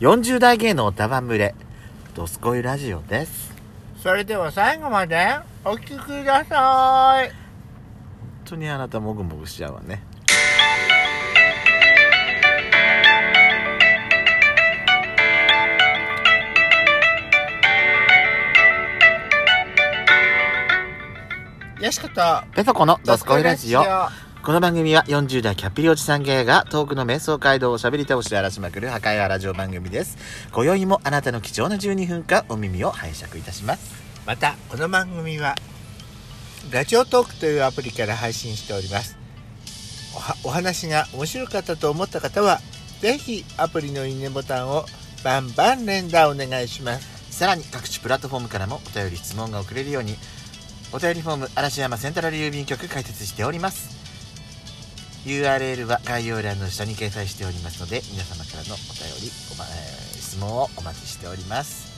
40代芸能歌番群れ、ドスコイラジオです。それでは最後までお聞きください本当にあなたもぐもぐしちゃうわね。よしことペソコのドスコイラジオ。はこの番組は40代キャッピリおじさん芸がトークの瞑想街道を喋り倒して荒らしまくる破壊荒ラジオ番組です。今宵もあなたの貴重な12分間お耳を拝借いたします。またこの番組はラジオトークというアプリから配信しておりますおはお話が面白かったと思った方はぜひアプリのいいねボタンをバンバン連打お願いしますさらに各種プラットフォームからもお便り質問が送れるようにお便りフォーム嵐山セントラル郵便局開設しております URL は概要欄の下に掲載しておりますので皆様からのお便りお、まえー質問をお待ちしております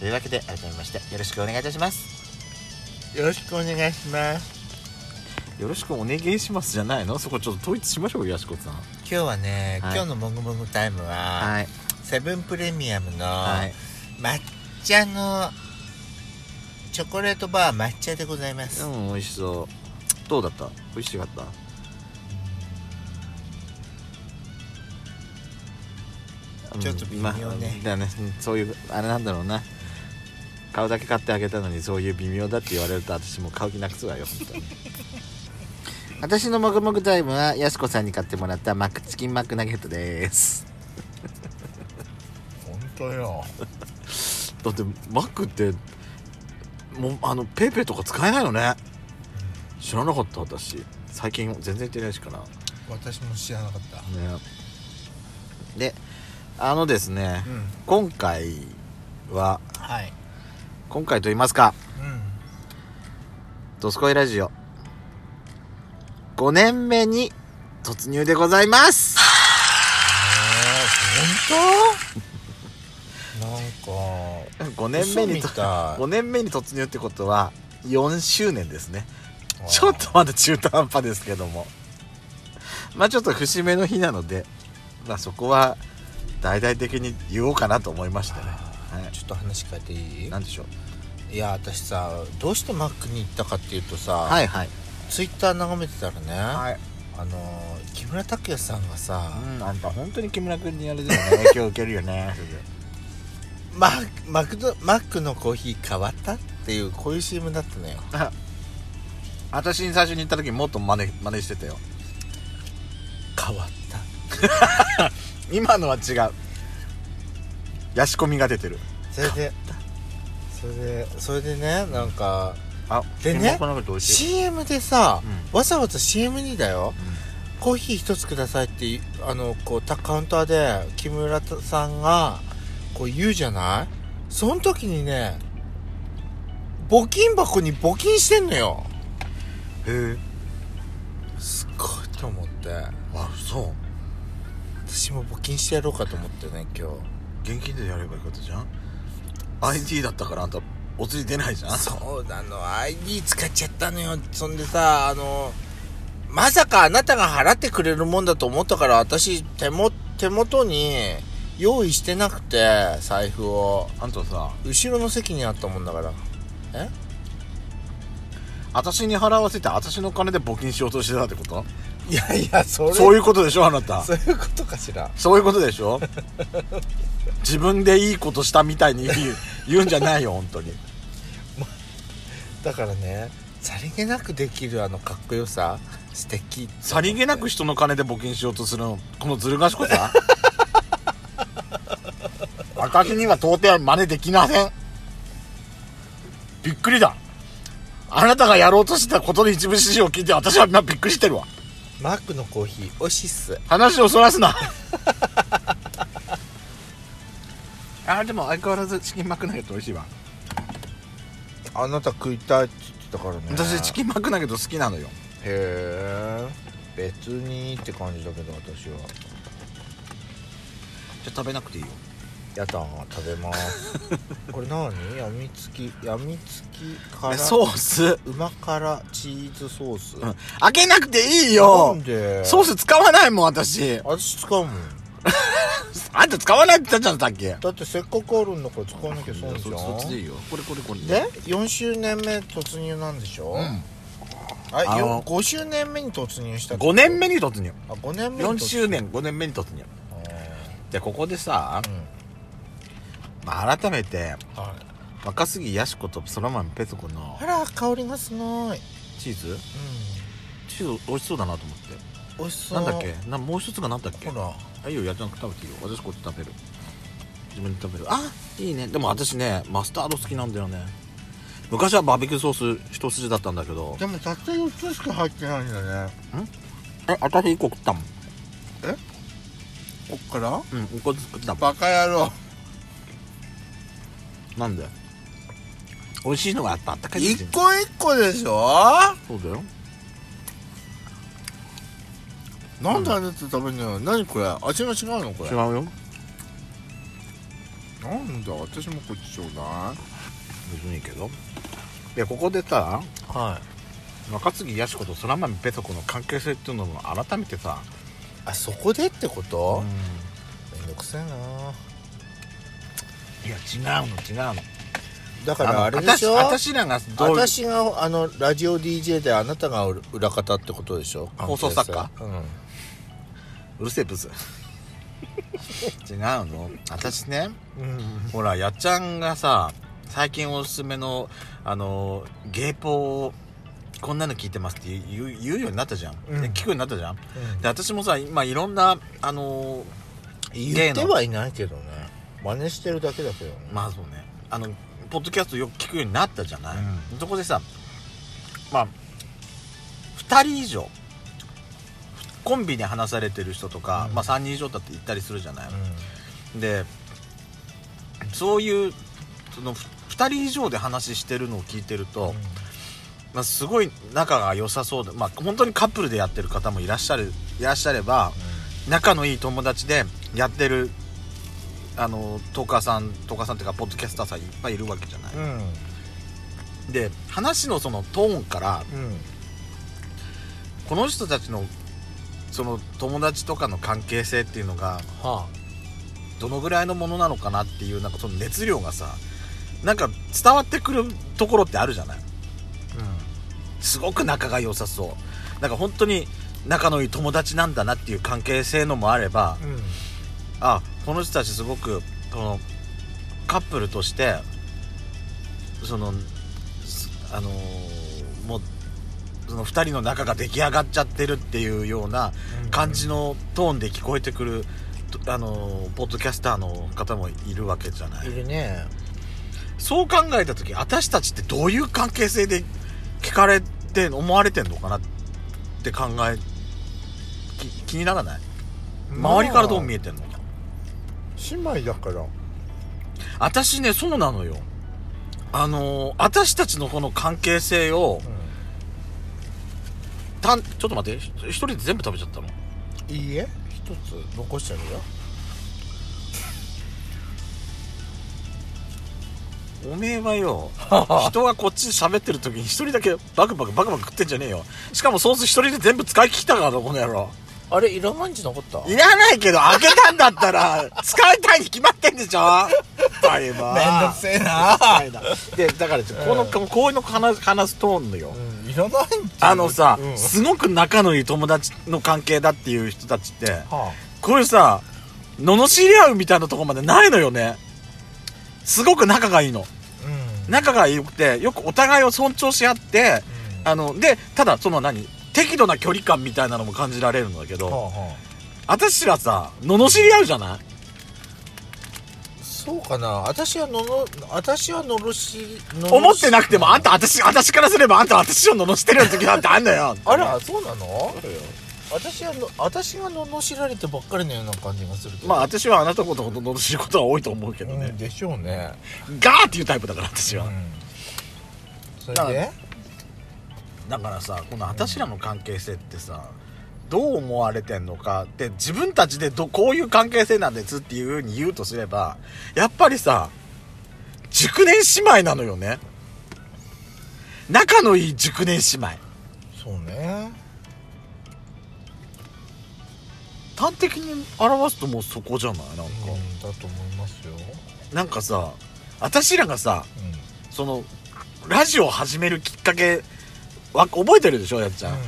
というわけで改めましてよろしくお願いいたしますよろしくお願いしますよろしくお願いしますじゃないのそこちょっと統一しましょうやしこさん今日はね、はい今日のもぐもぐタイムは、はいセブンプレミアムの、はい抹茶のチョコレートバー抹茶でございます、うん美味しそうどうだった美味しかったうんちょっと微妙ねまあだねうんそういうあれなんだろうな買うだけ買ってあげたのにそういう微妙だって言われると私もう買う気なくすわよ 本当に私のもぐもぐタイムはやすこさんに買ってもらったマックチキンマックナゲットです本当よだってマックってもうあのペイペイとか使えないのね知らなかった私最近全然行ってないしかなね私も知らなかったであのですね、うん今回ははい今回と言いますかう「ドスコイラジオ」5年目に突入でございますんなんか5年目にと嘘みたい5年目に突入ってことは4周年ですね ちょっとまだ中途半端ですけどもまあちょっと節目の日なのでまあそこは大々的に言おうかなと思いましてね、はちょっと話変えていい、いなんでしょういや私さどうしてマックに行ったかっていうとさ、はいはいツイッター眺めてたらね、はいあのー木村拓哉さんがさ、うんあんた本当に木村君にやる じゃない影響受けるよねママクドマックのコーヒー変わったっていうこういう CM だったのよ私に最初に行った時もっと真似真似してたよ変わった今のは違うヤシコミが出てるそれでそれでそれでねなんかあでね天幕のこと美味しい CM でさ、うわざわざ CM にだよコーヒー一つくださいってあのこうたカウンターで木村さんがこう言うじゃないその時にね募金箱に募金してんのようんへえすごいと思ってあそう私も募金してやろうかと思ってね今日現金でやればよかったじゃん ID だったからあんたお釣り出ないじゃんそうなの ID 使っちゃったのよそんでさあのまさかあなたが払ってくれるもんだと思ったから私手も手元に用意してなくて財布をあんたさ後ろの席にあったもんだからえ私に払わせて私の金で募金しようとしてたってこといやいやそそうういうことでしょあなたそういうことかしらそういうことでしょ自分でいいことしたみたいに言う言うんじゃないよ本当にだからねさりげなくできるあのかっこよさ素敵さりげなく人の金で募金しようとするのこのずる賢さ 私には到底真似できませんびっくりだあなたがやろうとしてたことの一部指示を聞いて私は今びっくりしてるわマックのコーヒー美味しいっす話をそらすな あでも相変わらずチキンマックナゲット美味しいわあなた食いたいって言ってたからね私チキンマックナゲット好きなのよへえ別にって感じだけど私じはゃあ食べなくていいよやだ食べますこれ何やみつきやみつきからえソース、うま辛チーズソース、うん、開けなくていいなよんでソース使わないもん私私使うもんあんた使わないって言ったじゃん、さっき。だってせっかくあるんだから使わなきゃそ損じゃそっちでいんいよ。これこれこれ。で4周年目突入なんでしょ、うああのよ5周年目に突入したん。五5年目に突入。あ5年目に突4周年、5年目に突入。あで、ここでさ、ーうんまあ、改めて、はい若杉やしことそらまんペソコのあら香りがすごい、うん、チーズチーズ美味しそうだなと思って。美味しそうなんだっけなもう一つがなんだっけほらあいいよやっちゃなくて食べていいよ私こっち食べる自分で食べるあいいねでも私ねマスタード好きなんだよね昔はバーベキューソース一筋だったんだけどでもたった4つしか入ってないんだねえ私一個食ったもんこっからうん一個ずつ食ったもバカ野郎んなんで美味しいのがあったあったかい一時個一個でしょそうだよなんであれって食べんのよ何これ味が違うのこれ違うよなんだ私もこっちちょうだ別にいいけどいやここでさいはい若杉やしこと空豆ペソコの関係性っていうのも改めてさあそこでってことうんめんどくせえないや違うの違うのだかあのらあれでしょ私私らがどういう私があのラジオ DJ であなたが裏方ってことでしょ放送作家うんうるせえブス 違うの私ねうんほらやっちゃんがさ最近おすすめのあの芸法をこんなの聞いてますって言う言う言うようになったじゃん、うんで聞くようになったじゃんで私もさ今いろんなあの言ってはいないけどね真似してるだけだけどねまあそうねあのポッドキャストよく聞くようになったじゃない、うそこでさまあ2人以上コンビで話されてる人とか、うんまあ、3人以上だって言ったりするじゃない、うでそういうそのふ2人以上で話してるのを聞いてると、んまあ、すごい仲が良さそうで、まあ、本当にカップルでやってる方もいらっしゃるいらっしゃれば仲のいい友達でやってるあのトーカーさんトーカーさんっていうかポッドキャスターさんいっぱいいるわけじゃない、うんで話のそのトーンからうんこの人たちのその友達とかの関係性っていうのがはどのぐらいのものなのかなっていうなんかその熱量がさなんか伝わってくるところってあるじゃないすごく仲が良さそうなんか本当に仲のいい友達なんだなっていう関係性のもあればうんうんあこの人たちすごくこのカップルとしてそのすあのーもうその2人の仲が出来上がっちゃってるっていうような感じのトーンで聞こえてくる、とあのーポッドキャスターの方もいるわけじゃないいるねそう考えた時私たちってどういう関係性で聞かれて思われてんのかなって考えき気にならない周りからどう見ええてんのか姉妹だから私ねそうなのよあのー私たちのこの関係性をたんちょっと待ってひ一人で全部食べちゃったのいいえ一つ残してるよおめえは よ人がこっち喋ってる時に一人だけバクバクバクバク食ってんじゃねえよしかもソース一人で全部使い切ったからこの野郎あれいらないんじゃなかったいらないけど開けたんだった ら使いたいに決まってんで しょだいぶせえなはいだでだからこの、こういうの話話すトーンのよ、うんいらないんじゃないあのさ、うんすごく仲のいい友達の関係だっていう人たちって、はこういうさ、罵り合うみたいなとこまでないのよね。すごく仲がいいの。あうん仲が良くて、よくお互いを尊重し合って、あの、で、ただその何適度な距離感みたいなのも感じられるんだけはあど、は私らさ、罵り合うじゃないあそうかな私はのの私はのろしのろし思ってなくても、あんた、私、私からすればあんた私を罵ってるような時なんてあんのよ 。あらそうなのあるよ私はの私が罵られてばっかりのような感じがするけどまあ私はあなたのことほど罵ることは多いと思うけどうねん。でしょうねガーっていうタイプだから私は。それでだからさこの私らの関係性ってさどう思われてんのかって自分たちでどこういう関係性なんですっていうふうに言うとすればやっぱりさ熟年姉妹なのよね仲のいい熟年姉妹そうね端的に表すともうそこじゃないなんか、うんだと思いますよ、なんかさ私らがさうんそのラジオを始めるきっかけわ覚えてるでしょやっちゃん、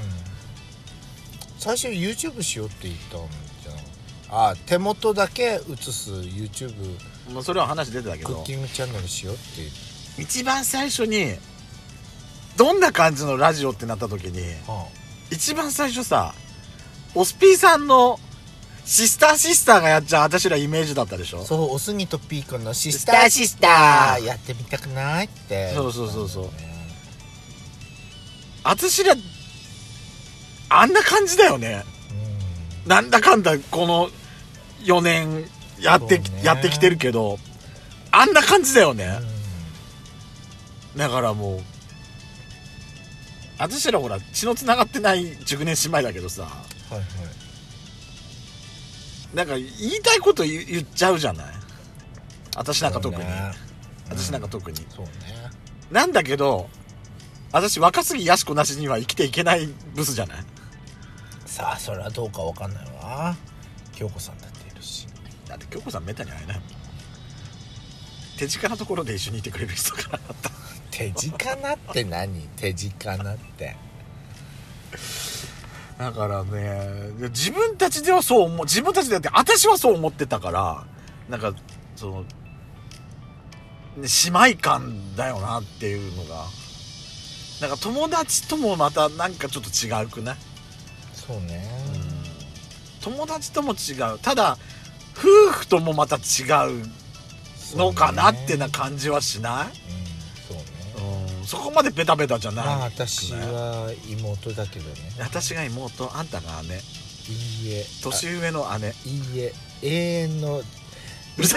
最初 YouTube しようって言ったんじゃんあ手元だけ映す YouTube まあ、それは話出てたけクッどキングチャンネルしようって言っ一番最初にどんな感じのラジオってなった時にた、一番最初さオスピーさんのシスターシスターがやっちゃう私らイメージだったでしょそうおすぎとピーコのシスターシシスターやってみたくないってそうそうそうそう言ったんだよね私らあんな感じだよねなんだかんだこの4年やってき、そうねやってきてるけどあんな感じだよねうん、だからもう私らほら血のつながってない熟年姉妹だけどさはいはいなんか言いたいこと言言っちゃうじゃない私なんか特に、そうね私なんか特に、そうねなんだけど私若杉やしこなしには生きていけないブスじゃないさあそれはどうかわかんないわ京子さんだっているしだって京子さんめったに会えないもん手近なところで一緒にいてくれる人からだった手近なって何手近なってだからね自分たちではそう思う自分たちでって私はそう思ってたからなんかその、ね、姉妹感だよなっていうのがなんか友達ともまたなんかちょっと違うくない、そうね、友達とも違うただ夫婦ともまた違うのかなってな感じはしないうんそうね、そ,、うん、そこまでベタベタじゃない、まあ私は妹だけどね私が妹あんたが姉いいえ年上の姉あいいえ永遠の